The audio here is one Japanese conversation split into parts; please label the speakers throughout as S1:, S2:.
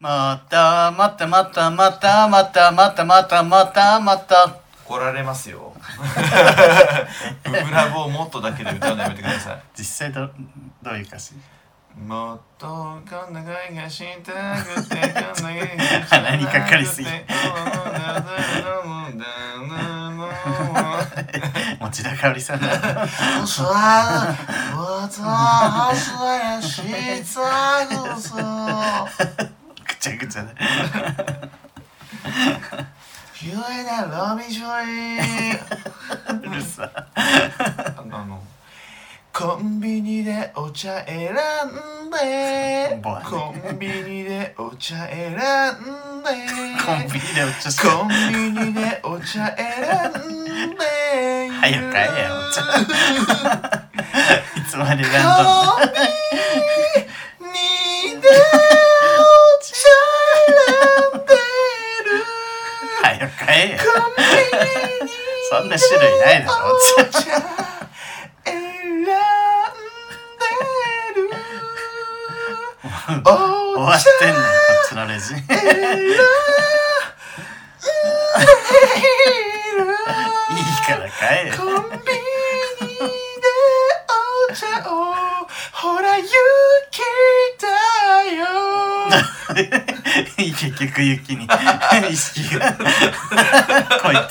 S1: またまたまたまたまたまたまたまたまた
S2: 怒られますよブブラボをもっとだけで歌うのやめてください
S1: 実際どどういう歌詞
S2: もっとこんな恋がしたくてこんな恋がしたくて
S1: 鼻にかかりすぎ持ちだかおりさんだ ぐちゃぐちゃだうるさ
S2: あのあのコンビニでお茶選んで
S1: ボアね
S2: コンビニでお茶選んで
S1: コンビニでお茶し
S2: コ
S1: か
S2: ンビニでお茶選んで
S1: 早く買えよお茶いつまで選んだんだ
S2: コンビニでお茶選んでる
S1: 早く買えよ
S2: コンビニで
S1: そんな種類ないだろお茶
S2: 選んでる
S1: 終
S2: お
S1: わっ
S2: 茶
S1: てんねんこっちのレジ
S2: 選んでる
S1: いいから買えよ
S2: コンビニでお茶をほら雪だよ
S1: 結局雪に意識が こい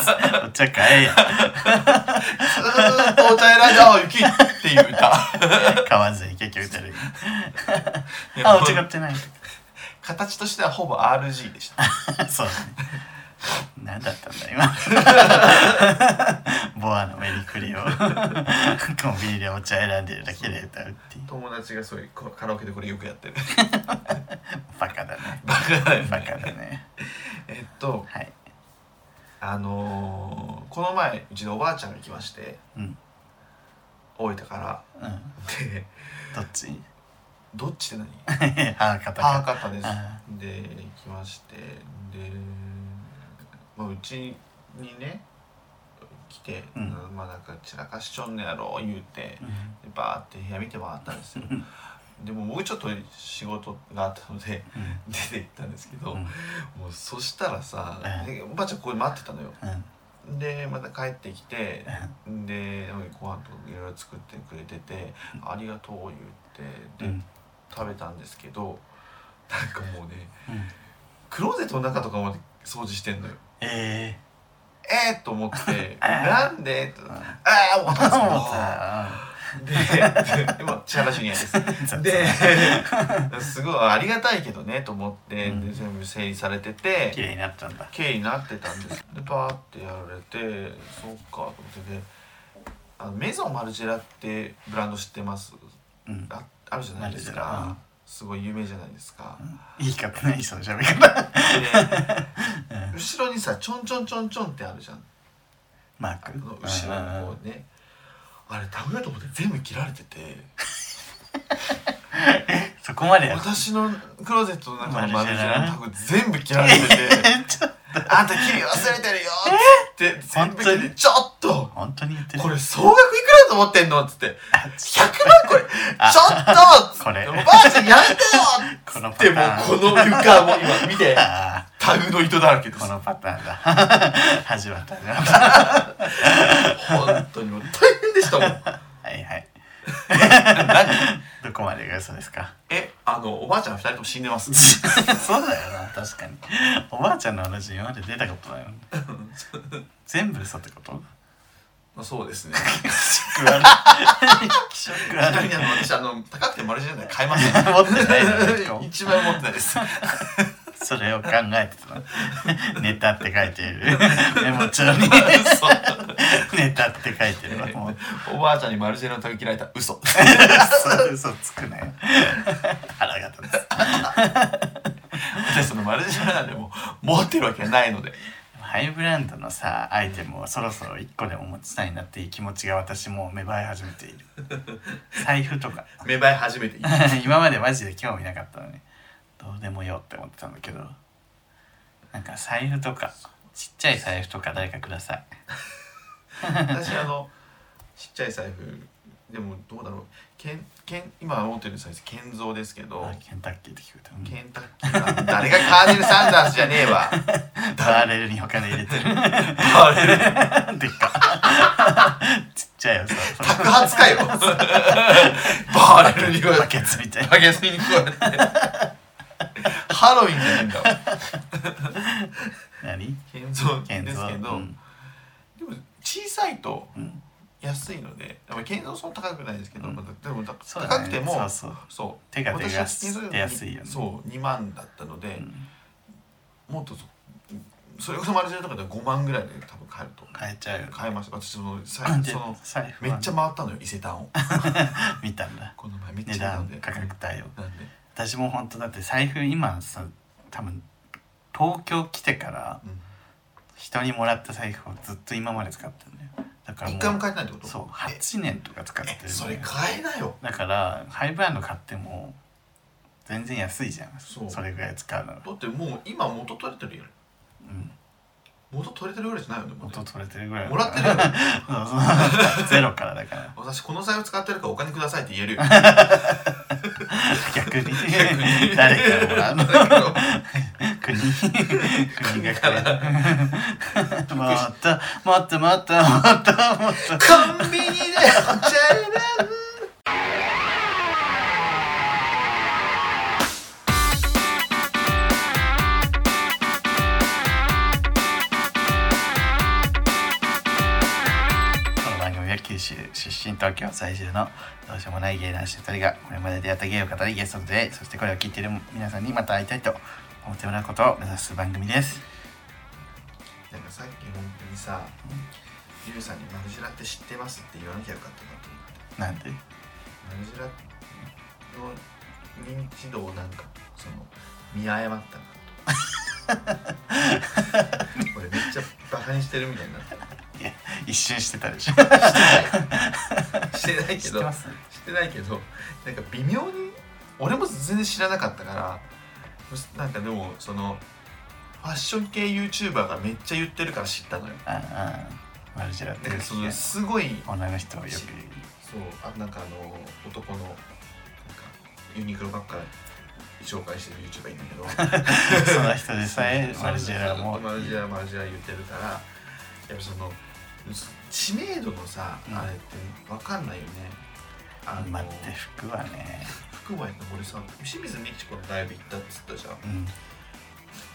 S1: つお茶買えよ
S2: ずーっとお茶選んであ雪っていう歌
S1: 買わずに結局出るあお茶買ってない
S2: 形としてはほぼ RG でした
S1: そうだね何だったんだ今 ボアのメリクリを コンビニでお茶選んでるだけで歌うっていう
S2: 友達がそういうこカラオケでこれよくやってる
S1: バカだね
S2: バカだよね
S1: バカだね
S2: えっと
S1: はい
S2: あのーこの前うちのおばあちゃんが来まして
S1: うん
S2: 大分か
S1: う
S2: ら
S1: ん
S2: で
S1: どっち
S2: どっちで何
S1: 母方
S2: 母
S1: か
S2: 方です
S1: あ
S2: で来ましてで、まあ、うちにね来て、
S1: うん
S2: まあなんか散らかしちょんねやろ言うて
S1: うん
S2: でバーって部屋見て回ったんですよでも僕ちょっと仕事があったので
S1: うん
S2: 出て行ったんですけど、
S1: うん
S2: もうそしたらさ、
S1: うん
S2: でおばあちゃんここで待ってたのよ
S1: うんうん
S2: でまた帰ってきてでご飯とかいろいろ作ってくれてて「ありがとう」言って
S1: う
S2: で、
S1: ん
S2: 食べたんですけどなんかもうね
S1: うん
S2: クローゼットの中とかまで掃除してんのよ。
S1: え
S2: えー、と思って「
S1: あー
S2: なんで?」と「
S1: ん
S2: ああ思ったん
S1: ー、
S2: で
S1: そうだ
S2: すけどでで今千原ジュニアです。 ですごいありがたいけどねと思って、
S1: うん
S2: で全部整理されて
S1: 綺
S2: て
S1: 麗になったんだ
S2: 綺麗になってたんですでパーってやられてそっかと思ってであのメゾンマルジェラってブランド知ってます
S1: うん
S2: ああるじゃないです
S1: マルジェラう
S2: か
S1: ん
S2: すごい有名じゃないですか。
S1: いい方ないその喋り方
S2: で後ろにさちょんちょんちょんちょんってあるじゃん
S1: マーク
S2: あの後ろにこうねあれ食べようと思って全部切られてて
S1: そこまでやる
S2: 私のクローゼットの中の
S1: マ
S2: マル
S1: ル
S2: ジ
S1: ジ
S2: ェ
S1: ェ
S2: ラ
S1: ラ
S2: のタグ全部切られてて
S1: ちょっと
S2: 「あんた切り忘れてるよ」っつって全部切
S1: 本当
S2: れて「ちょっと
S1: 本当に言ってる
S2: これ総額いくらだと思ってんの?」っつって
S1: あ
S2: 「100万これちょっと!」
S1: これ
S2: おばあちゃんやめてよ!」
S1: このパタ
S2: でも
S1: ーン
S2: うこの床もう今見て
S1: あ
S2: タグの糸だらけで
S1: ー
S2: す
S1: このパターンだ 始まった始まった
S2: 本当にもう大変でしたもん
S1: はいはい
S2: 何
S1: どこまでが嘘ですか
S2: えあのおばあちゃん2人とも死んでます
S1: そうだよな確かにおばあちゃんの話今まで出たことないもんね全部嘘ってこと
S2: まあそうですね
S1: 気色悪い気色
S2: ちな
S1: 悪
S2: み
S1: い
S2: にあの私あの高くて丸じゃない買えません。
S1: 持ってないのねしかも
S2: 一番持ってな いです。
S1: それを考えてた のネタって書いているメモ 帳にネタって書いてるわ もう
S2: おばあちゃんにマルジェラの食べ切られた嘘。
S1: 嘘嘘つくなよ腹が立つ
S2: 私そのマルジェラなんでもう持ってるわけがないので。
S1: ハイブランドのさアイテムをそろそろ1個でも持ちたいなっていう気持ちが私もう芽生え始めてい る財布とか
S2: 芽生え始めていい。
S1: 今までマジで興味なかったのにどうでもよって思ってたんだけどなんか財布とかちっちゃい財布とか誰かください
S2: 私あのちっちゃい財布でもどうだろうけんけん今持ってるサイズ建造ですけど、
S1: あケンタッキーって聞こえたうん
S2: ケンタッキーは誰がカーネル・サンダースじゃねえわ
S1: バーレルにお金入れてる
S2: あれ
S1: でっか ちっちゃいよさ
S2: 爆 発かよバーレルにこうや
S1: バ
S2: って
S1: ケツみたいな
S2: バケツにこうやってハロウィンじゃないんだわ
S1: 何
S2: 建造
S1: 建
S2: です
S1: 造
S2: けど、
S1: うん
S2: でも小さいと
S1: うん
S2: 安いのでやっぱ建造そんな高くないですけど、
S1: うん
S2: まあでもだ
S1: そうだね
S2: 高くても
S1: そうそう
S2: そう
S1: 手が出やす
S2: 私は建造
S1: 出やすいよね
S2: そう2万だったので、
S1: うん
S2: もっとそそれこそマルジェラとかで5万ぐらいで多分買えると
S1: 変えちゃうよ
S2: 買えました私その最
S1: うんで
S2: その
S1: 財布
S2: め
S1: は
S2: っちゃ回ったのよ伊勢丹 を
S1: 見たんだ
S2: この前めっ
S1: 値
S2: ちゃ
S1: 段
S2: んで
S1: 価格帯を
S2: なんで
S1: 私も本当だって財布今さ多分東京来てから
S2: うん
S1: 人にもらった財布をずっと今まで使ってるんだよだから
S2: 一回も
S1: う
S2: 買えてないってこと
S1: そう
S2: え
S1: 8年とか使ってるんだ
S2: え
S1: よ
S2: それ買えなよ
S1: だからハイブランド買っても全然安いじゃん
S2: そ
S1: そうれぐらい使うなら
S2: だってもう今元取れてるよ
S1: うん
S2: 元取れてるぐらいじゃないよねもうね
S1: 元取れてるぐらいだ
S2: も
S1: から
S2: ってるよ
S1: そうそうゼロからだから
S2: 私この財布使ってるからお金くださいって言 えるよ
S1: 逆に
S2: に
S1: 誰からもらうの
S2: だけ ど
S1: 国国がくれるもっともっともっともっともっと
S2: コンビニでお茶選
S1: この番組は九州出身東京在住のどうしようもない芸男子2人がこれまで出会った芸を語りゲストで出会いそしてこれを聞いている皆さんにまた会いたいと思ってもらうことを目指す番組です
S2: ぶなんかさっき本当にさゆうさんに「マルジェラって知ってます?」って言わなきゃよかったなと思って
S1: なんで
S2: マルジェラの認知度をなんかその見誤ったなと俺めっちゃバカにしてるみたいになって
S1: いや一瞬してたでしょ
S2: してないけ
S1: 知っ
S2: ど
S1: てます
S2: してないけどなんか微妙に俺も全然知らなかったからなんかでもそのファッション系 YouTuber がめっちゃ言ってるから知ったのよ
S1: ああマルジェラって
S2: なん
S1: る
S2: かその
S1: し
S2: すごい
S1: 女の人をよく
S2: そうあなんかあの男のなんかユニクロばっか紹介してる YouTuber いるんだ けど
S1: その人でさえマルジェラも
S2: マルジェラマルジェラ言ってるからやっぱその知名度のさ、
S1: うん
S2: あれって分かんないよねあの
S1: 待って服はね
S2: 福前の俺さ清水美智子のライブ行ったっつったじゃん
S1: うん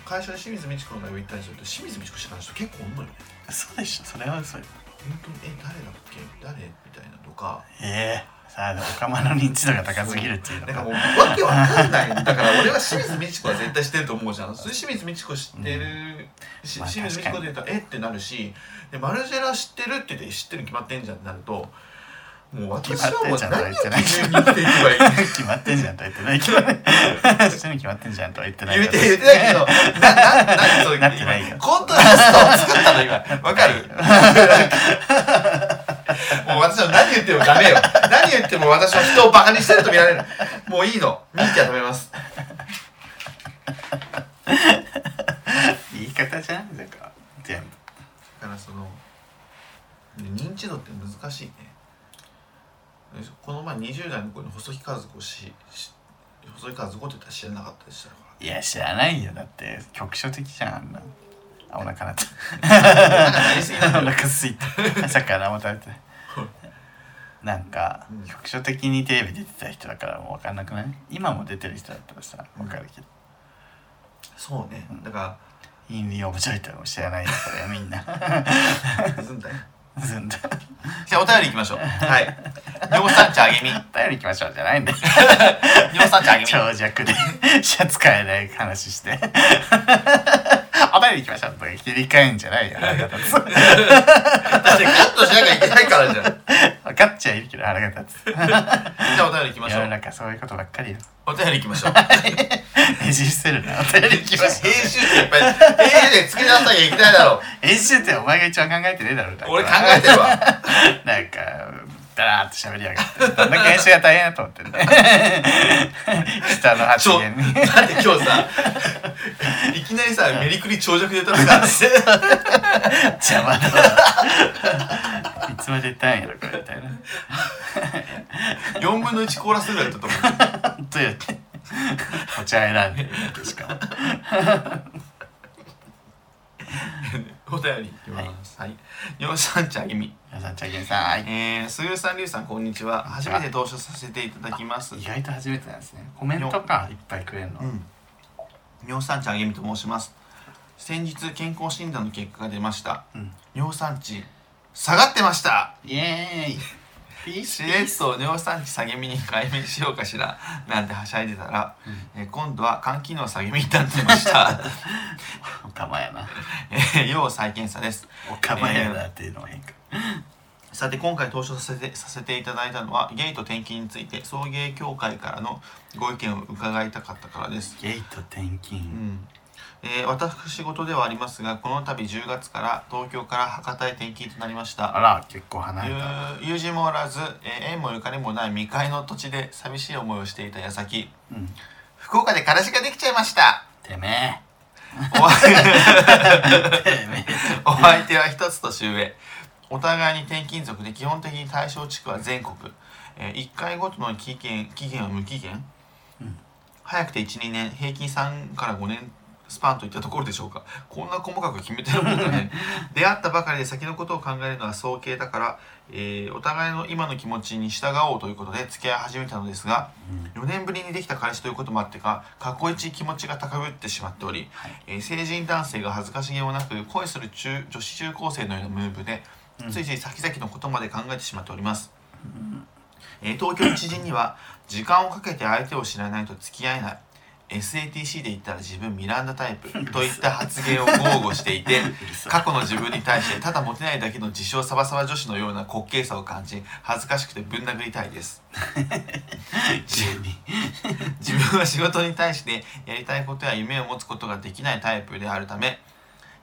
S2: 会社で清水美智子のライブ行ったんですよって清水美智子知らない人結構おんのよ
S1: そうでしょそれは嘘よ
S2: 本当にえ誰だっけ誰みたいなとか
S1: ええさあでもおかまの認知度が高すぎるっていうの
S2: なんか
S1: が
S2: もうわけわかんないだから俺は清水美智子は絶対知ってると思う じゃんそれ清水美智子知ってる、し
S1: まあ
S2: 清水美智子で言ったらえってなるしでマルジェラ知ってるって言って知ってるに決まってんじゃんってなるともう私はもう何を基準に言っていけばいい
S1: 決まってんじゃんとは言ってないけどね。普通に決まってんじゃんとは言ってない
S2: 言う
S1: けど
S2: て言うてないけど、な、な、な、それ
S1: なってないよ
S2: コントラストを作ったの今。わ かるもう私は何言ってもダメよ。何言っても私は人をバカにしてると見られる。もういいの。ミーちゃん食べます。
S1: 言い方じゃんだから全部
S2: だからその、認知度って難しいね。この前20代の子に細木和子し、し細木和子って言ったら知らなかったでしたから。
S1: いや知らないよだって局所的じゃんあんなあお腹なった
S2: なんかやりすぎな
S1: お
S2: んだよ。
S1: 腹すいた朝から何も食 べてないなんか
S2: うん
S1: 局所的にテレビ出てた人だからもう分かんなくない今も出てる人だったらさ分かるけど
S2: そうね。だか
S1: インディーオブジョイとかも知らないからみんな
S2: ら、ずんだよ。
S1: ずんだ
S2: じゃあお便り行きましょう。はい。尿酸値上げみ。
S1: お便り行きましょうじゃないんだよ
S2: 尿酸値上げみ。
S1: 長尺 でシャツ買えない話して お便り行きましょうとか切り替えんじゃないよ腹が 立つ
S2: だってカットしなきゃいけないからじゃん。じ
S1: 分かっちゃいるけど腹が立つ
S2: ゃあお便り行きましょ
S1: 世の
S2: う。
S1: 中そういうことばっかりよ
S2: お便り行きましょう。
S1: ねじ伏せるなお便り行きま
S2: 編
S1: しょう
S2: 集ってやっぱり、編集で作り出さなきゃいけないだろ
S1: 編集ってお前が一番考えてねえだろだから
S2: う。俺考えてるわ。
S1: なんかだらーっと喋りやがってどんだけ編集が大変だと思ってんだよ 人の発
S2: ちょ、だ
S1: 言
S2: っ
S1: に
S2: て今日さ、いきなりさ、メリクリ長尺で歌ったから、
S1: 邪魔だわ いつまで言ったんやろこれみたいな
S2: 4分の1コーラスぐらいだったと思う
S1: 本当やねお茶選んでるだけしかも
S2: お便りいきます。はい。ようさんちゃんあゆみ。
S1: 皆さんチャゲンさんはい
S2: えー、すぐるさん、りゅうさん、こんにちは。初めて投書させていただきます。
S1: 意外と初めてなんですねコメントかいっぱいくれるの、
S2: うん。尿酸値あげみと申します。先日健康診断の結果が出ました。
S1: うん
S2: 尿酸値下がってました。
S1: イエーイピース
S2: し
S1: ピ
S2: れ
S1: ー
S2: っ
S1: ス
S2: と尿酸値下げみに改名しようかしらなんてはしゃいでたら、えー今度は肝機能下げみになってました。
S1: おかまやな
S2: えー 要再検査です。
S1: おかまやなっていうのも変か
S2: さて今回投書させてさせていただいたのはゲイと転勤について送迎協会からのご意見を伺いたかったからです。
S1: ゲイと転勤、
S2: うんえー私事ではありますがこの度10月から東京から博多へ転勤となりまし
S1: あ
S2: た
S1: ら結構離れた
S2: 友友人もおらず、えー縁もゆかりもない未開の土地で寂しい思いをしていた矢先
S1: うん
S2: 福岡で彼氏ができちゃい ました
S1: てめ
S2: お
S1: えてめえ
S2: お相手は一つ年上お互いに転勤族で基本的に対象地区は全国、え1回ごとの期限期限は無期限、早くて12年平均3から5年スパンといったところでしょうか こんな細かく決めてるもんだね出会ったばかりで先のことを考えるのは早計だから、えーお互いの今の気持ちに従おうということで付き合い始めたのですが、4年ぶりにできた彼氏ということもあってか過去一気持ちが高ぶってしまっており、えー成人男性が恥ずかしげもなく恋する中女子中高生のようなムーブで、ついつい先々のことまで考えてしまっております、えー東京の知人には時間をかけて相手を知らないと付き合えない SATC で言ったら自分ミランダタイプといった発言を豪語していて
S1: うるさい
S2: 過去の自分に対してただモテないだけの自称サバサバ女子のような滑稽さを感じ恥ずかしくてぶん殴りたいです
S1: 急に
S2: 自分は仕事に対してやりたいことや夢を持つことができないタイプであるため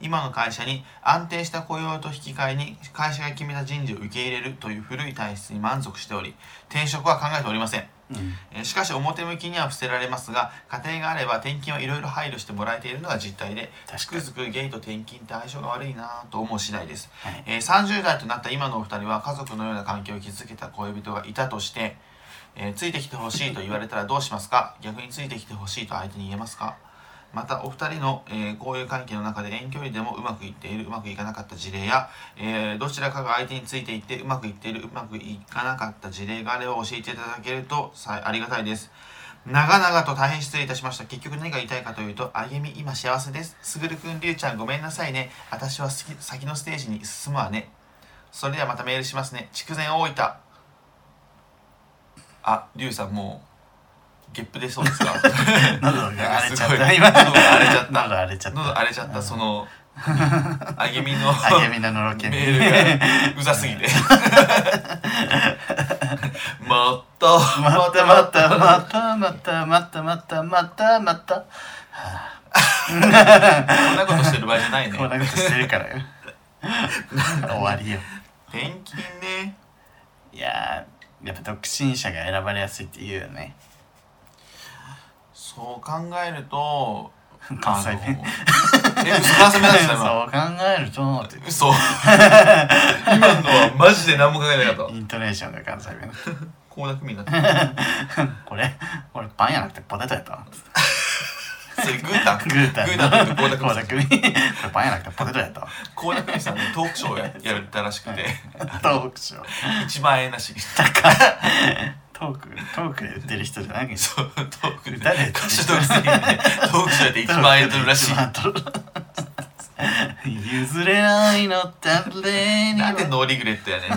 S2: 今の会社に安定した雇用と引き換えに会社が決めた人事を受け入れるという古い体質に満足しており転職は考えておりません
S1: うん
S2: えーしかし表向きには伏せられますが家庭があれば転勤はいろいろ配慮してもらえているのが実態で
S1: 確かに
S2: つくづくゲイと転勤って相性が悪いなぁと思う次第です、
S1: はい
S2: えー30代となった今のお二人は家族のような関係を築けた恋人がいたとして、えーついてきてほしいと言われたらどうしますか逆についてきてほしいと相手に言えますかまたお二人の、えー交友関係の中で遠距離でもうまくいっているうまくいかなかった事例や、えーどちらかが相手についていってうまくいっているうまくいかなかった事例があれば教えていただけるとさありがたいです長々と大変失礼いたしました結局何が言いたいかというとあゆみ今幸せですすぐるくんりゅうちゃんごめんなさいね私は先先のステージに進むわねそれではまたメールしますね筑前大分ありゅうさんもうゲップ出そうで すか
S1: 喉が荒れちゃっ
S2: すご
S1: た
S2: い
S1: 今
S2: 喉荒れちゃった
S1: 喉荒れちゃった
S2: 喉荒れちゃったそのあゆみ の
S1: あげみなのろけ
S2: メ
S1: に
S2: ール がうざすぎて もっと
S1: またまたまたまたまたまたまたまた
S2: こんなことしてる場合じゃないね
S1: こんなことしてる からよ終わりよ
S2: 転勤ね
S1: いやーやっぱ独身者が選ばれやすいって言うよね
S2: そう考えると
S1: 関西弁
S2: あのえ嘘関西弁なんです
S1: そう
S2: か
S1: 考えるとって
S2: 今 嘘今のはマジで何も考えなかった
S1: イントネーションが関西弁
S2: 倖田來未になった
S1: これ俺パンじゃなくてポテトやった
S2: それグータン
S1: グータン
S2: グータンって言うと倖田來
S1: 倖
S2: 未さ
S1: 田 來
S2: ん
S1: 未これパンじゃなくてポテトやったわ
S2: 倖田來未さんねトークショー ややったらしくて
S1: トークしよう
S2: 1万円なし
S1: トークトークで売ってる人じゃないけど
S2: そうトークで歌
S1: 誰
S2: 手としてねトークショーで1万円取るらしい
S1: 一万取る 譲れないのたれには
S2: なんでノーリグレットやね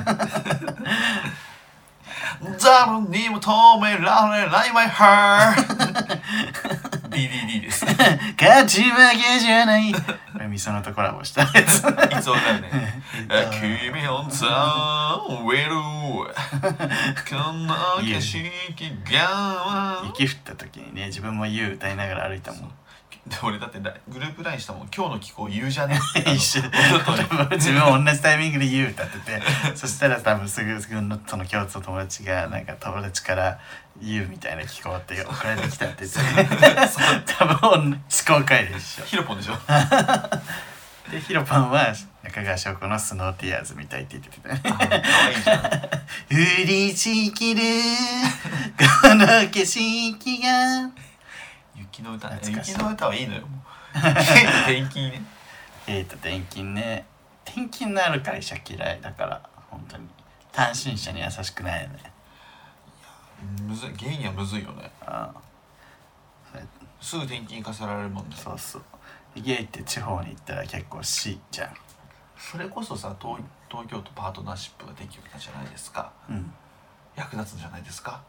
S2: んザルにも止められない my heart DDD ですい
S1: 勝ち負けじゃないこれみそのとコラボしたやつ
S2: つわか るねあ君を食べる この景色が
S1: 雪降った時にね自分も「言う歌いながら歩いたもん
S2: で俺だってラグループラインしたもん今日の気候言うじゃね
S1: 一 緒自分も同じタイミングで「言う歌っててそしたら多分すぐすぐのその共通の友達がなんか友達から「言うみたいな聞こうって送られてき たって言って多分同じ公開で一緒
S2: ヒロポンでしょ
S1: でヒロパンは中川翔子の「スノーティアーズ」みたいって言って たね
S2: あ可愛いじゃん
S1: 「降りしきる この景色が
S2: 雪の歌ね
S1: 懐かしい
S2: 雪の歌は いいのよもう天気ね」
S1: えーと転勤ね転勤のある会社嫌いだから本当に単身者に優しくないよね
S2: むずいゲイにはむずいよね
S1: ああそれ
S2: すぐ転勤化されるもんね
S1: そうそうゲイって地方に行ったら結構死じゃん
S2: それこそさ東東京とパートナーシップができるじゃないですか
S1: うん
S2: 役立つんじゃないですか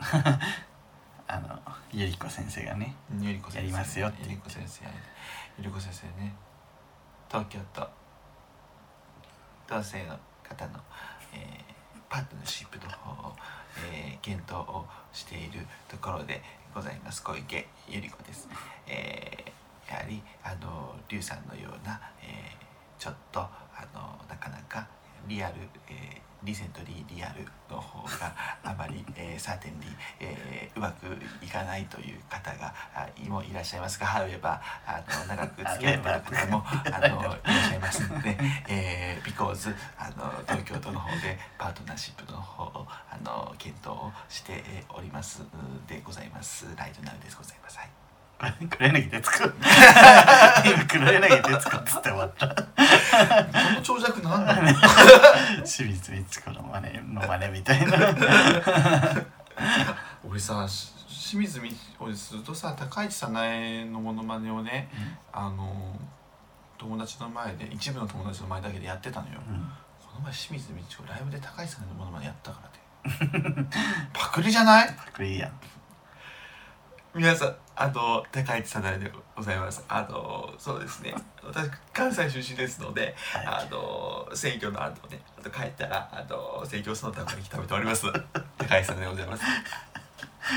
S1: あのゆりこ先生がね
S2: ゆりこ先生
S1: やりますよって
S2: ゆりこ先生やりゆりこ先生ね東京と男性の方の、えーパートナーシップの方を、えー検討をしているところでございます小池ゆり子です、えーやはりあの龍さんのような、えーちょっとあのなかなかリアル、えーリセントリーリアルの方 があまり、えー、サーテンリー、えーうまくいかないという方があもいらっしゃいますが、ハウエバーあの長く付き合ってる方もあのいらっしゃいますので、えー、because あの東京都の方でパートナーシップの方をあの検討をしてえーおりますでございます。ライトナウですございます。はい。
S1: これ黒柳徹子 今黒柳徹子っつって終わった
S2: この長尺なんだろう。
S1: 清水ミツ子の真似の真似みたいな
S2: 俺さ、し清水み、俺ずっとさ、高市早苗のモノマネをね、あの友達の前で一部の友達の前だけでやってたのよ。
S1: うん
S2: この前清水美智子ライブで高井さんのものまでやったからねパクリじゃない
S1: パクリやん
S2: 皆さんあの高市さなでございますあのそうですね私関西出身ですので
S1: は
S2: あの選挙の後ねあと帰ったらあの選挙その他に食べております高市さんでございます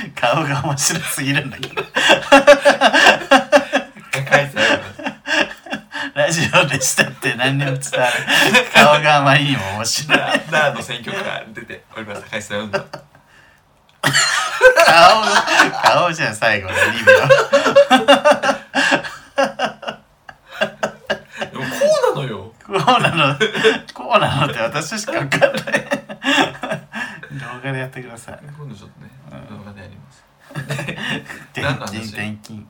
S1: い顔が面白すぎるんだけど
S2: 高市さんでございます
S1: ラジオでしたって何にも伝わる顔があまりにも面白い
S2: 奈良の選挙区から出ております高市さんでございます
S1: 顔顔じゃん最後の2秒
S2: でもこうなのよ
S1: こうなのこうなのって私しか分かんない動画でやってください
S2: 今度ちょっとね動画でやります
S1: 転
S2: 何の
S1: 勤
S2: 話
S1: 転勤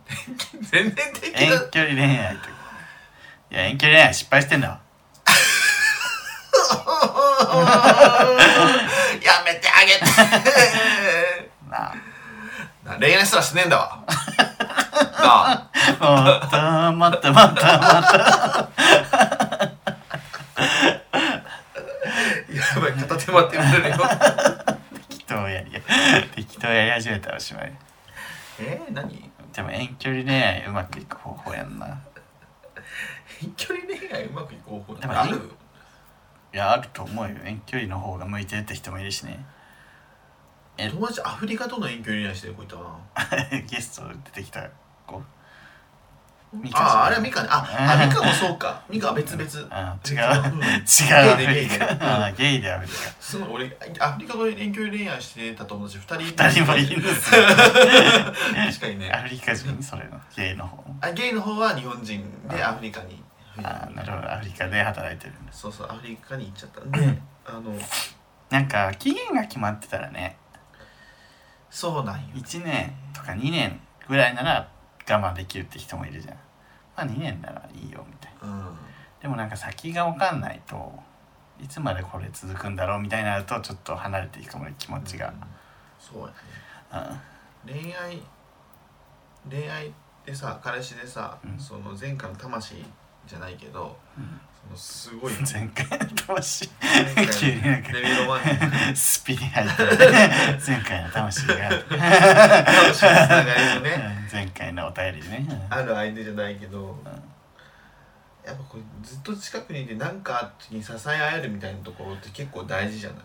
S2: 全然でき
S1: 遠
S2: ない
S1: 距離恋愛とかいや遠距離恋愛失敗してんだわ
S2: やめてあげて
S1: なあ
S2: な恋愛すらしねえんだわなあ
S1: もっともっともっともっと
S2: やばい片手間って言れるよ
S1: 適当やり適当やり始めたらおしまい
S2: えー、何
S1: でも遠距離恋愛うまくいく方法やんな
S2: 遠距離恋愛うまくいく方法なん
S1: でも
S2: かある
S1: いやあると思うよ遠距離の方が向いてるって人もいるしねえ
S2: 友達アフリカとの遠距離恋愛してる子いたな
S1: ゲスト出てきた子ミカじゃない
S2: あああれはミカねああミカもそうかミカは別々
S1: あ違う
S2: うん
S1: 違うアフ
S2: ゲイで
S1: リ
S2: ゲイで
S1: カあゲイでアフリカ
S2: すごい俺アフリカと遠距離恋愛してた友達2人
S1: 二人もいるんです よ
S2: 確かに
S1: ア
S2: ね
S1: フリカ人それのゲイの方
S2: あゲイの方は日本人でアフリカに
S1: あなるほどアフリカで働いてるんです
S2: そうそうアフリカに行っちゃったんであの
S1: なんか期限が決まってたらね
S2: そうなんよ
S1: 1年とか2年ぐらいなら我慢できるって人もいるじゃんまあ2年ならいいよみたいな
S2: うん
S1: でもなんか先が分かんないといつまでこれ続くんだろうみたいになるとちょっと離れていくかもね気持ちが、
S2: そうやね
S1: うん
S2: 恋愛恋愛でさ彼氏でさ、
S1: うん
S2: その前回の魂じゃないけど
S1: うん
S2: そのすごい
S1: 前回の 魂
S2: 前回の
S1: 急になんか
S2: レビロマンの
S1: スピリ入ってるね前回の魂が
S2: 魂のつながりのね
S1: うん前回のお便りでねうん
S2: ある相手じゃないけど、やっぱこれずっと近くにいて何かあった時に支え合えるみたいなところって結構大事じゃない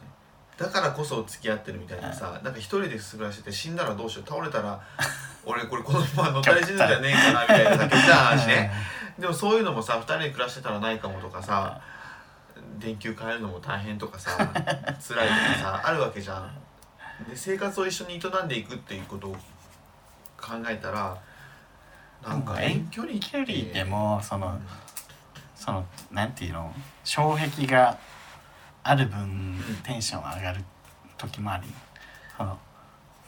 S2: だからこそ付き合ってるみたいなさ、なんか一人で暮らしてて死んだらどうしよう倒れた ら俺これこのまま乗ったり死ぬんじゃねえかなみたいなさ極端な 話ねでもそういうのもさ2人で暮らしてたらないかもとかさ電球変えるのも大変とかさ辛いとかさあるわけじゃん。で生活を一緒に営んでいくっていうことを考えたらなんか遠距離っ
S1: 距離
S2: て
S1: でもそのそのなんていうの障壁がある分テンション上がる時もありその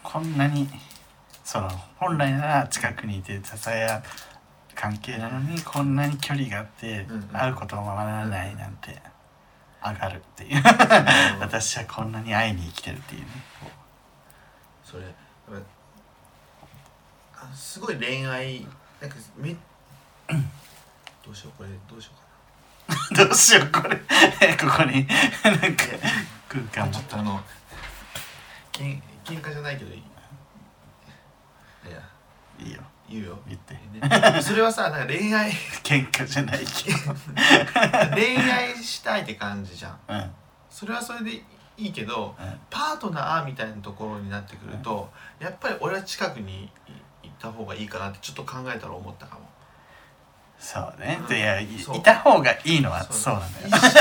S1: こんなにその本来なら近くにいて支え合う関係なのにこんなに距離があって
S2: うんうん
S1: 会うこともままならないなんて上がるっていう私はこんなに会いに生きてるっていうね
S2: それやっぱあすごい恋愛なんか めどうしようこれどうしよう
S1: どうしようこれここになんか
S2: か
S1: 空
S2: ないや
S1: 間
S2: ち
S1: も
S2: ょっとあのけん喧嘩じゃないけどいいいや
S1: いいよ
S2: 言う よ、
S1: 言って
S2: ねそれはさなんか恋愛
S1: 喧嘩じゃないけど
S2: 恋愛したいって感じじゃん
S1: うんうん
S2: それはそれでいいけどパートナーみたいなところになってくるとやっぱり俺は近くにいいた方がいいかなってちょっと考えたら思ったかも
S1: そうねでいやい
S2: そう
S1: いた方がいいのはそうなんだよ
S2: 一緒に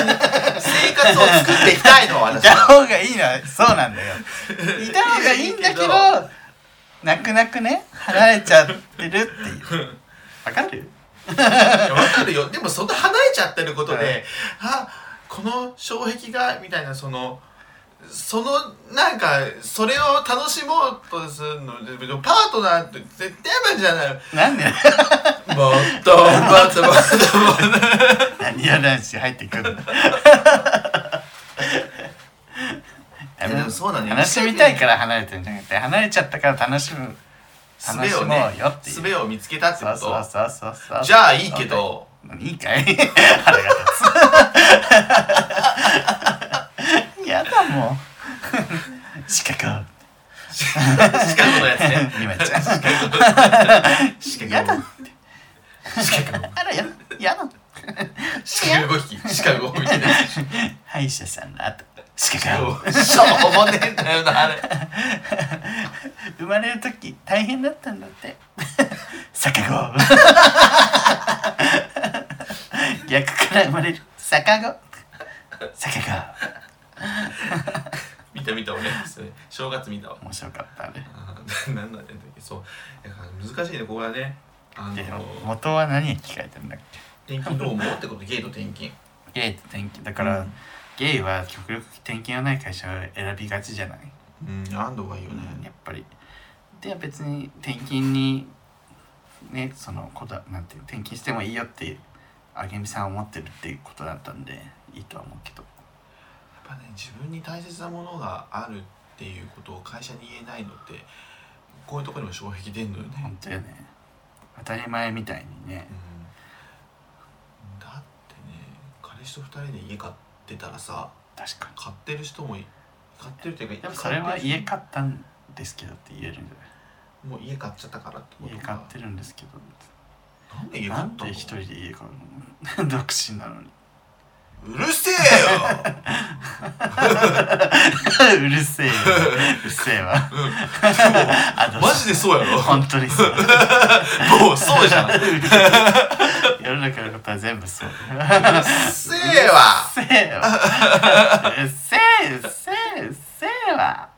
S2: 生活を作っていきたいの
S1: い
S2: 私
S1: た
S2: は
S1: 方がいいのはそうなんだよ いた方がいいんだけど
S2: いいけど
S1: 泣く泣くね離れちゃってるっていうわかる
S2: いやわかるよでもそんな離れちゃってることで、
S1: はい
S2: あこの障壁がみたいなそのそのなんかそれを楽しもうとするのででもパートナーって絶対やばいじゃない
S1: なんで
S2: もっともっともっともっと
S1: 何やらんし入ってくる の
S2: やでもそうだね
S1: 楽しみたいから離れてるんじゃなくて離れちゃったから楽しむ
S2: 術
S1: 楽し
S2: を
S1: もう
S2: ね
S1: よっていう
S2: 術を見つけたってこ
S1: そう
S2: と
S1: そうそうそうそう
S2: じゃあいいけど
S1: いいかい腹が立つやだもうシカか
S2: 四角のやつね
S1: みまちゃん
S2: 四角
S1: やだ
S2: 四角
S1: あらややだ
S2: 四角五匹四角五匹で
S1: 歯医者さんの後シカか
S2: しょうもねえんだよなあれ
S1: 生まれる時大変だったんだって逆子逆から生まれる逆子逆子
S2: 見た見た俺それ正月見たわ
S1: 面白かったあれ
S2: あーなんだねそうだから難しいねここはねあ
S1: で
S2: の
S1: 元は何に聞かれてるんだっ
S2: 転勤どう思うってことゲート転勤
S1: けゲイと転勤だから、
S2: うん
S1: ゲイは極力転勤のない会社を選びがちじゃない、
S2: うん選んだ方がいいよ
S1: や
S2: ね
S1: っぱりで別に転勤にねそのこだなんていう転勤してもいいよっていうあげみさんは思ってるっていうことだったんでいいとは思うけど
S2: やっぱね自分に大切なものがあるっていうことを会社に言えないのってこういうところにも障壁出んのよね、
S1: 本当よね当たり前みたいにね
S2: うんだってね彼氏と二人で家買ってたらさ
S1: 確か
S2: 買ってる人もい買ってるっていう
S1: に
S2: か
S1: でもそれは家
S2: 買
S1: 買ったんですけどって言えるんじ
S2: もう家買っちゃったからって
S1: ゃ
S2: こ
S1: ない
S2: と
S1: 家
S2: か
S1: 買ってるんですけど
S2: なんで家買
S1: な
S2: った
S1: ん
S2: の
S1: で一人で家買うの 独身なのに
S2: うる せえよ
S1: うる せえようるせえわあどう
S2: マ
S1: し
S2: ジでそうやろ
S1: 本当にそう
S2: もうそうじゃんうる
S1: 世の中のことは全部 そう
S2: せえわ
S1: うっせえわうっせえうっせえうっせえわ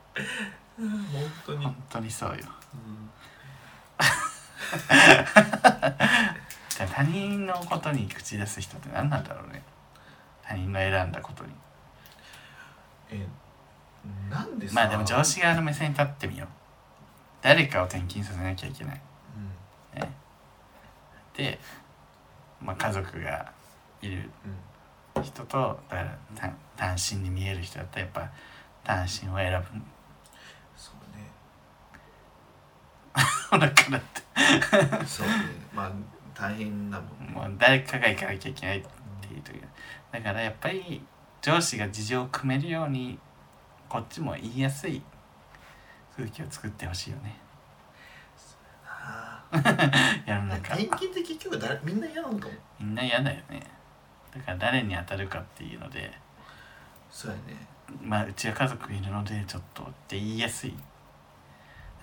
S2: 本当に、うん
S1: 本当にそうよじゃあ他人のことに口出す人って何なんだろうね他人の選んだことに
S2: えなんでさ
S1: まあでも上司側の目線に立ってみよう誰かを転勤させなきゃいけないで、まあ、家族がいる
S2: うん
S1: 人とだから単単身に見える人だったらやっぱ単身を選ぶ
S2: そうね
S1: お腹だって
S2: そうねまあ大変だもんね
S1: もう誰かが行かなきゃいけないっていう時だからやっぱり上司が事情を組めるようにこっちも言いやすい空気を作ってほしいよね
S2: あ
S1: 世の
S2: ー
S1: 中
S2: 転勤って結局誰みんな嫌なのかも
S1: みんな嫌だよねだから誰に当たるかっていうので
S2: そうやね
S1: まあうちは家族いるのでちょっとって言いやすいで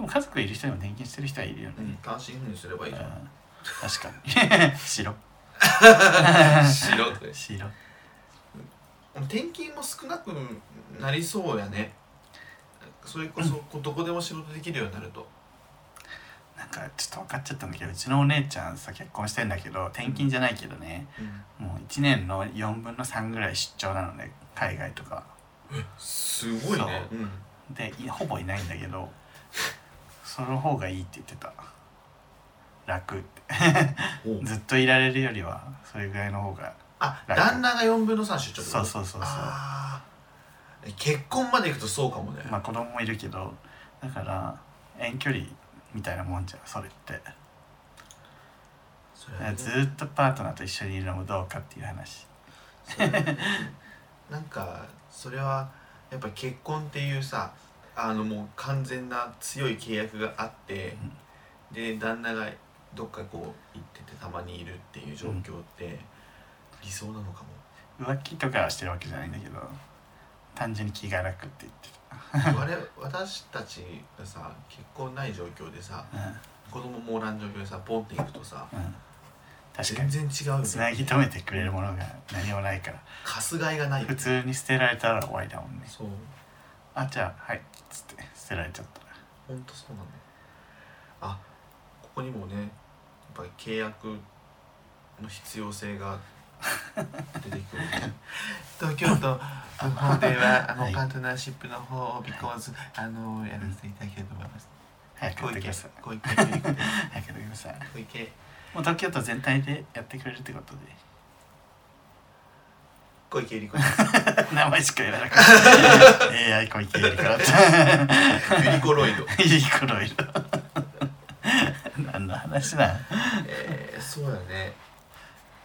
S1: も家族いる人でも転勤してる人はいるよね、
S2: うん単身赴任すればいいじゃ
S1: あー確かに 白
S2: ん白く
S1: 白
S2: 転勤も少なくなりそうやねそれこそこうどこでも仕事できるようになると
S1: なんかちょっと分かっちゃったんだけどうちのお姉ちゃんさ結婚してんだけど転勤じゃないけどねもう1年の4分の3ぐらい出張なので海外とか
S2: すごいね
S1: そ
S2: うん
S1: でいほぼいないんだけどその方がいいって言ってた楽って
S2: おう
S1: ずっといられるよりはそれぐらいの方が
S2: あ
S1: 楽
S2: 旦那が4分の3出張ってこと
S1: そうそうそうそう
S2: あー結婚までいくとそうかもね、
S1: まあ子供もいるけどだから遠距離みたいなもんじゃんそれって
S2: それはね
S1: ずーっとパートナーと一緒にいるのもどうかっていう話
S2: それはね なんかそれはやっぱ結婚っていうさあのもう完全な強い契約があって、で旦那がどっかこう行っててたまにいるっていう状況って理想な のかも、
S1: 浮気とかはしてるわけじゃないんだけど単純に気が楽って言って
S2: 我々私たちがさ結婚ない状況でさ
S1: た
S2: 子供もおらん状況でさポンって行くとさ
S1: うん、うん、確か
S2: 全
S1: に
S2: 然違うよね
S1: つなぎ止めてくれるものが何もないから
S2: かすがいがないよ
S1: 普通に捨てられたら終わりだもんね
S2: そう
S1: あじゃあはいっつって捨てられちゃったら
S2: ほんとそうなんだよあここにもねやっぱり契約の必要性が出てくる東京 都の方ではあの、
S1: はい
S2: パートナーシップの方を because あのやらせていただけると思います
S1: 早く
S2: 小
S1: やって
S2: 池
S1: ください
S2: 小池百合子です
S1: 早くやってください
S2: 小池
S1: もう東京都全体でやってくれるってことで
S2: 小池百合子です
S1: 名前しか言わなかった AI 小池百合子だった
S2: ユニコロイド
S1: いい頃いろ 何の話なん
S2: えー、そうだね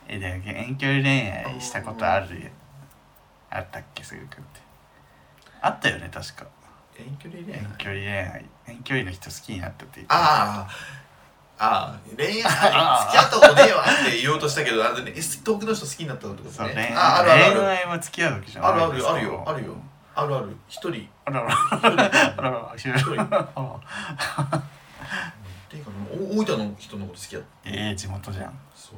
S1: えでも遠距離恋愛したことあるあったっけすぐくんってあったよね確か
S2: 遠距離恋愛
S1: 遠距離恋愛遠距離の人好きになったって言って
S2: ああああ恋愛 付き合ったことねえわって言おうとしたけどあの、ね、遠くの人好きになったってこと
S1: そう
S2: ね
S1: 恋愛
S2: ああるあるある
S1: 恋愛は付き合うわけじゃない
S2: あるあ
S1: です
S2: る
S1: か
S2: あるよあるよあるある一人
S1: あらら
S2: 一人
S1: あらら知ら
S2: 一人
S1: ない
S2: っ
S1: あ
S2: ていうかお大分の人のこと好きだっ た
S1: ええ地元じゃん
S2: そう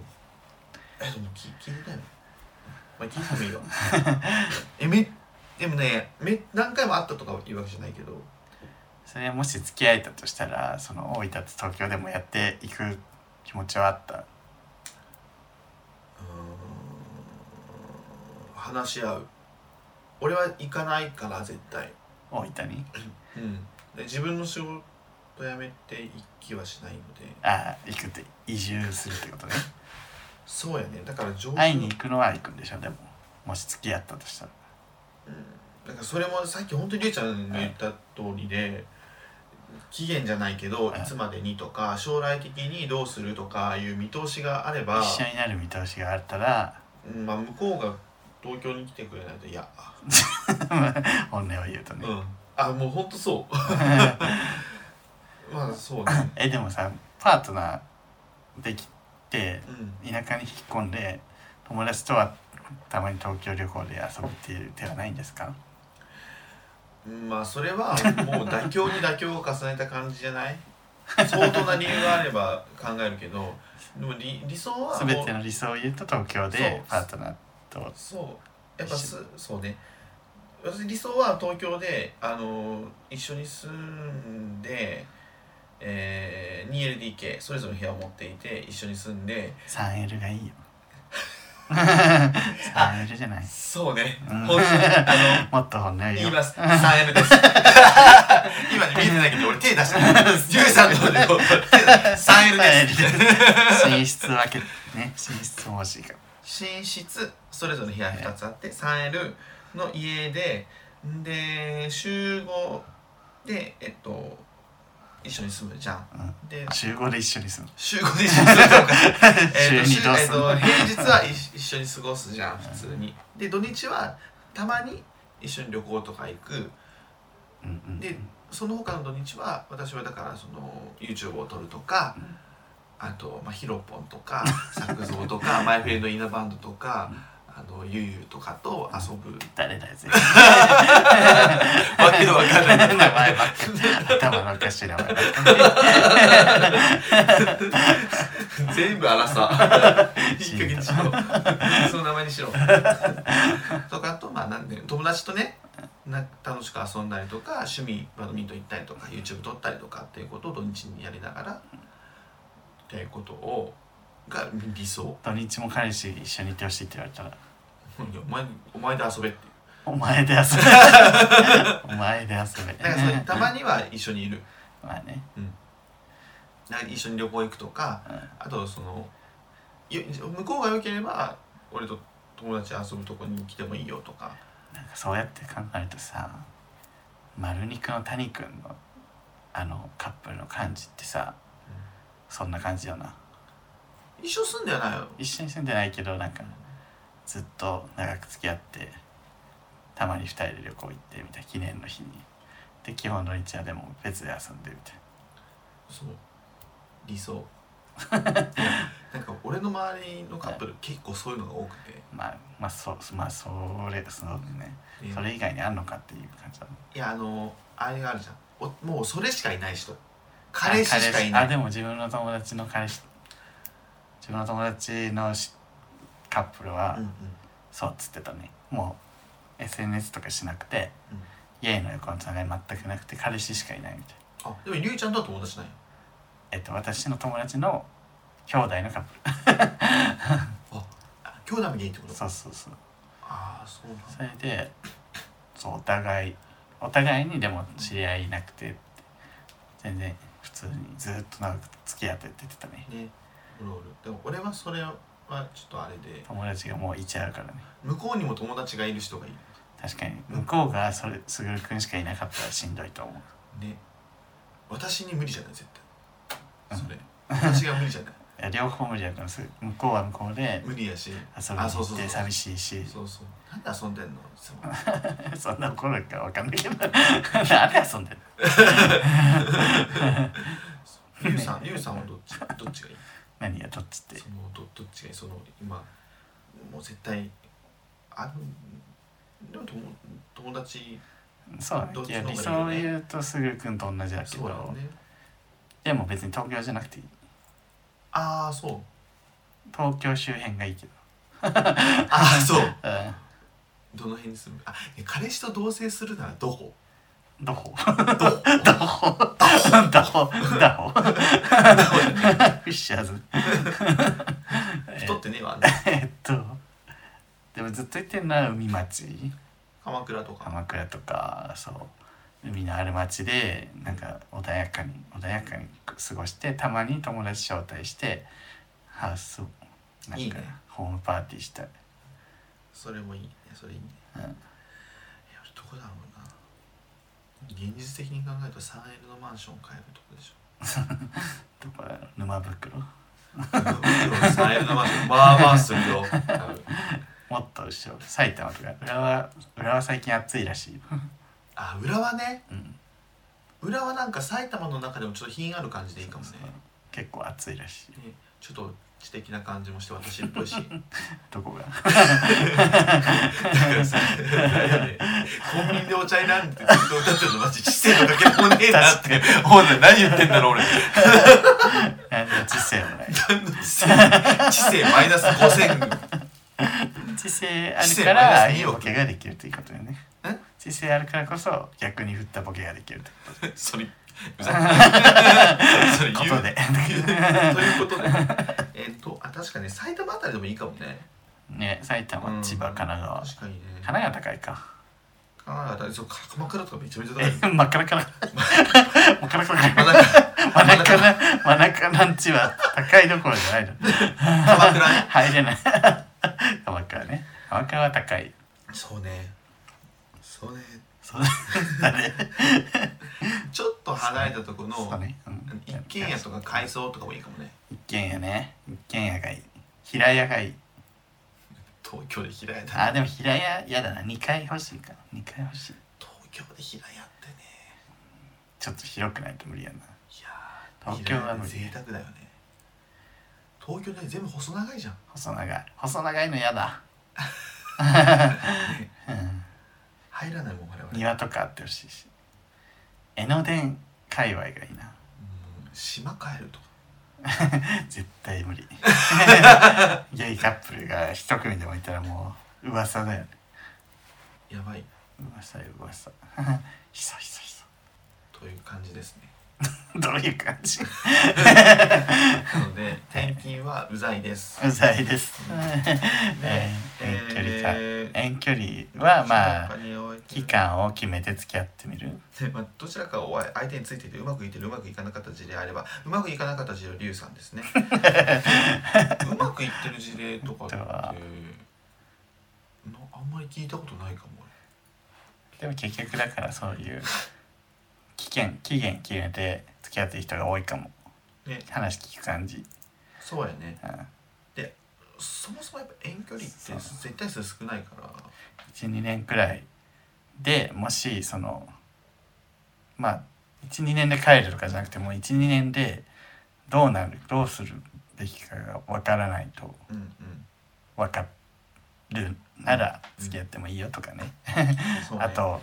S2: えでも聞聞いたよまあ聞いても いいよえめでもねめ何回も会ったとかいうわけじゃないけど
S1: それもし付き合えたとしたらその大分と東京でもやっていく気持ちはあった
S2: うーん話し合う俺は行かないから絶対
S1: 大分に
S2: うんで自分の仕事辞めて行きはしないので
S1: ああ行くって移住するってことね
S2: そうやねだから上
S1: 会いに行くのは行くんでしょでももし付き合ったとしたら
S2: なんかそれもさっき本当にりゅうちゃんの言った通りで期限じゃないけど
S1: はい
S2: いつまでにとか将来的にどうするとかいう見通しがあれば
S1: 一、緒になる見通しがあったら
S2: うんまあ、向こうが東京に来てくれないといや
S1: 本音を言うと
S2: う
S1: ね、
S2: んあもう本 当そう まあそうね
S1: えでもさパートナーできて
S2: うん
S1: 田舎に引っ込んで友達とはたまに東京旅行で遊ぶっていう手はないんですか
S2: まあそれはもう妥協に妥協を重ねた感じじゃない相当な理由があれば考える けどでも理理想はもう
S1: 全ての理想を言うと東京
S2: そう
S1: でパートナーと
S2: そうやっぱすそうね私理想は東京で、あの一緒に住んで、えー、2LDK それぞれの部屋を持っていて一緒に住んで
S1: 3L がい いよ 3L じゃない
S2: そうね
S1: うん
S2: 本当にあの
S1: もっと本音を言
S2: 言
S1: お
S2: い うます。3M です。 今ね、見えてないけど、俺手出した。 ジュウさんの方でこう、3L です。
S1: 寝室分けね寝室も欲しいから
S2: 寝室、それぞれ部屋2つあって、3L の家で、で、集合で、えっと、一緒に住むじゃん。で、
S1: 集合で一緒に住む
S2: 週5で一緒に過ごす のかえっと
S1: 週にどう
S2: え
S1: す
S2: っ
S1: んの
S2: と平日は一一緒に過ごすじゃん普通にで土日はたまに一緒に旅行とか行く
S1: うんうん
S2: でその他の土日は私はだからその YouTube を撮るとか
S1: うん
S2: あと、まあ、ヒロポンと か作造とかマイフェイドインナーバンドとかあのゆうゆうとかと遊ぶ
S1: 誰だよ 全
S2: わけ のわかんない
S1: 然名前ばっかり頭のおかしい名前ばっか
S2: 全部荒さいい加減にしろその名前にしろとかあとまあなんで友達とねな楽しく遊んだりとか趣味バドミントン行ったりとか YouTube 撮ったりとかっていうことを土日にやりながらっていうことをが理想
S1: 土日も彼氏一緒に行ってほしいって言われたら
S2: いやお前お前で遊べって
S1: お前 で遊べお前で遊べ
S2: だからそれたまには一緒にいる
S1: まあね
S2: だから一緒に旅行行くとか
S1: うん
S2: あとそのよ向こうが良ければ俺と友達遊ぶとこに来てもいいよとか
S1: なんかそうやって考えるとさ丸肉の谷くんのあのカップルの感じってさ、
S2: うん
S1: そんな感じよな
S2: 一緒住んではないよ
S1: 一緒に住んでないけどなんかずっと長く付き合ってたまに2人で旅行行ってみたいな記念の日にで基本の日はでも別で遊んでみたい
S2: そう理 想なんか俺の周りのカップル結構そういうのが多くて、
S1: なまあまあそうまあそれそうね
S2: ね
S1: それ以外にあんのかっていう感じだね
S2: いやあのあれがあるじゃんおもうそれしかいない人彼氏しかい
S1: あ彼
S2: な
S1: 氏あ
S2: い
S1: でも自分の友達の彼氏自分の友達のしカップルは、
S2: うんうん
S1: そうっつってたねもう SNS とかしなくて、
S2: うん
S1: 家の横のつながり全くなくて彼氏しかいないみたい
S2: あでもりゅうちゃんとは友達ない
S1: えっと私の友達の兄弟のカップ
S2: あ兄弟もゲイってこ
S1: ル
S2: と
S1: そうそうそう
S2: ああそうなんだ
S1: それでそうお互いお互いにでも知り合いいなくて全然普通にずっと長く付き合ってって言ってたね
S2: ねおるおるでも俺はそれはちょっとあれで
S1: 友達がもういちゃうからね
S2: 向こうにも友達がいる人がいる
S1: 確かに向こうがそれすぐるくんしかいなかったらしんどいと思う
S2: ね私に無理じゃない絶対
S1: うん
S2: それ私が無理じゃない
S1: いや両方無理だからすぐ向こうは向こうで
S2: 無理やし
S1: 遊びに
S2: あそう
S1: 行
S2: そ
S1: っ
S2: うそう
S1: て寂しいし
S2: そうそうなんで遊んでんのいつも
S1: そんな怒るかわかんないけど何で遊んでんの
S2: りゅうさ んりゅうさんはどっちどっちがいい
S1: 何がどっちって
S2: そのどどっちがいいその今もう絶対あのでも友友達
S1: そうだ
S2: どっ
S1: ねい
S2: ちの
S1: や
S2: 方がい
S1: 理
S2: いよ
S1: 想を言
S2: ね
S1: うとすぐるくんと同じだけ
S2: そうだよ
S1: ど
S2: ね
S1: でも別に東京じゃなくていい
S2: ああそう
S1: 東京周辺がいいけど
S2: ああそう
S1: う
S2: どの辺にするあえ彼氏と同棲するならどこ
S1: んどこ
S2: どこ
S1: どこどこどこフィッシャーズ
S2: 太ってねえ わ、ね、
S1: えっとでもずっと言ってんのは海町
S2: 鎌倉とか
S1: 鎌倉とかそう海のある町でなんか穏やかに穏やかに過ごしてたまに友達招待してハウスなん
S2: いい
S1: か
S2: ね
S1: ホームパーティーしたい
S2: それもいいねそれいいね、
S1: うん
S2: いや俺どこだろうな現実的に考えると 3L のマンション買えるとこでしょ
S1: どこだろう沼袋
S2: 3L のマンションまあまあするよ多分
S1: もっと後ろ埼玉とか浦和浦和最近暑いらしいよ、
S2: あ浦和ね
S1: うん、
S2: 浦和なんか埼玉の中でもちょっと品ある感じでいいかもね
S1: そうそう結構暑いらしいよ
S2: ねちょっと知的な感じもして私っぽいし
S1: どこが
S2: だからさあれだねコンビニでお茶選んでずっと歌ってるのマジ知性のかけらもねえなって思って何言ってんだろう俺
S1: 何の知性もない
S2: 何の知性知性マイナス5000
S1: 知性あ
S2: 知
S1: る
S2: 性
S1: から
S2: マイナス2億
S1: ボケができるということよね
S2: ん
S1: 知性あるからこそ逆に振ったボケができるという
S2: それうざいそれ
S1: こ
S2: 言う
S1: とで
S2: 言うということでえっとあ確かね埼玉あたりでもいいかもね
S1: ね埼玉千葉
S2: うん
S1: 神奈川
S2: 確かにね
S1: 神奈川高いか
S2: 神奈川だそう鎌倉とかめちゃめちゃ高い
S1: え真っ赤なから真っ赤なから
S2: まあなんか
S1: 真っ赤な真っ赤なんちは高いどころじゃないの
S2: 鎌倉ね
S1: 入れない鎌倉ね鎌倉は高い
S2: そうねそうね
S1: そうだね
S2: ちょっと離れたところの
S1: そうね、うん
S2: 一軒家とか改装とかもいいかもね
S1: 一軒家ね一軒家がいい平屋がいい
S2: 東京で平屋だ
S1: あでも平屋嫌だな2階欲しいから2階欲しい
S2: 東京で平屋ってね
S1: ちょっと広くないと無理やない
S2: やー
S1: 東京は無理
S2: 平屋って贅沢だよね東京で全部細長いじゃん
S1: 細長い細長いの嫌だ、うん
S2: 入らないもん我々うん
S1: 庭とかあってほしいし江ノ電界隈がいいな
S2: 島帰るとか
S1: 絶対無理 ゲイカップルが一組でもいたらもう噂だよね
S2: やばい
S1: 噂よ噂 ひそひそひそ
S2: という感じですね
S1: どういう感じ
S2: な ので転勤はうざいです
S1: うざいです
S2: う。
S1: え
S2: ね
S1: ー遠距離か。
S2: えー
S1: 遠距離はまあ、期
S2: 期間
S1: 間を決めて付き合ってみる。
S2: まあ、どちらかを相手についていてうまくいってるうまくいかなかった事例あればうまくいかなかった事例はリュウさ んですねうまくいってる事例 とかって
S1: で
S2: な
S1: は
S2: あんまり聞いたことないかも
S1: でも結局だからそういう期限期限決めて付き合ってる人が多いかも。
S2: ね
S1: 話聞く感じ。
S2: そうやね
S1: うん
S2: そもそもやっぱ遠距離って
S1: そう
S2: 絶対数少ないから
S1: 12年くらいでもしそのまあ12年で帰るとかじゃなくてもう12年でどうなるどうするべきかが分からないと
S2: うんうん
S1: 分かるなら付き合ってもいいよとかね
S2: そうね
S1: あと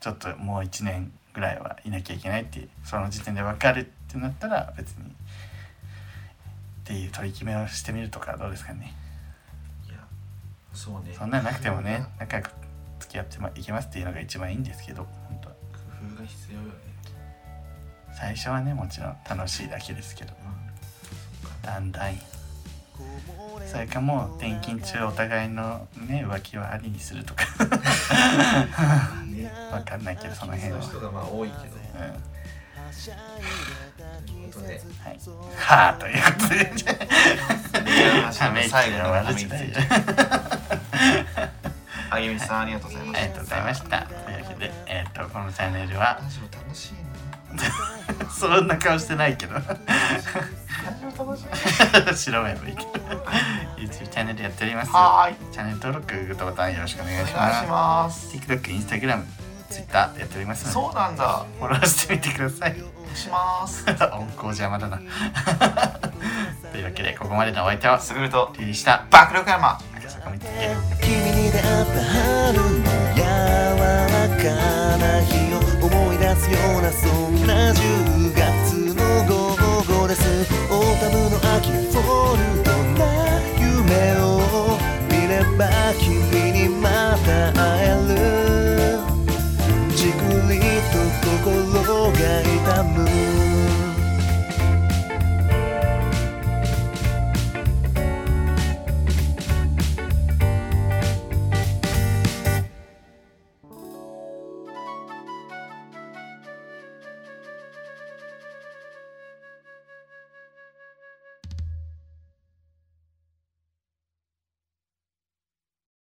S1: ちょっともう1年ぐらいはいなきゃいけないってその時点で分かるってなったら別にっていう取り決めをしてみるとかどうですかね
S2: いやそうね
S1: そんなんなくてもね仲良く付き合ってまいきますっていうのが一番いいんですけど本当は
S2: 工夫が必要よね、
S1: 最初はねもちろん楽しいだけですけどだんだんそれかもう転勤中お互いのね浮気はありにする とか
S2: ね
S1: わかんないけどその
S2: そ
S1: 辺
S2: う
S1: は
S2: いう人がまあ多いけど
S1: うんは
S2: 本当ね
S1: いはあということで
S2: ため息最後のため息
S1: あ
S2: あゆみさんありがとうございました
S1: りがとうございましたというわけでえっ、とこのチャンネルは
S2: ラジオ楽しい
S1: そんな顔してないけど
S2: なラジオ楽しい
S1: 白目もいいけど YouTube チャンネルやっております
S2: はーい
S1: チャンネル登録グッドボタンよろしくお願いし
S2: お願い
S1: ま
S2: し
S1: す
S2: ます
S1: TikTok、Instagram、Twitter やっております
S2: そ
S1: の
S2: うなんだ
S1: でフォローしてみてください
S2: します
S1: 音効邪魔だな というわけでここまでのお相手は
S2: すぐると
S1: リリーでした
S2: 爆力山
S1: 赤坂見つけ
S3: 君に出会った春の柔らかな日を思い出すようなそんな10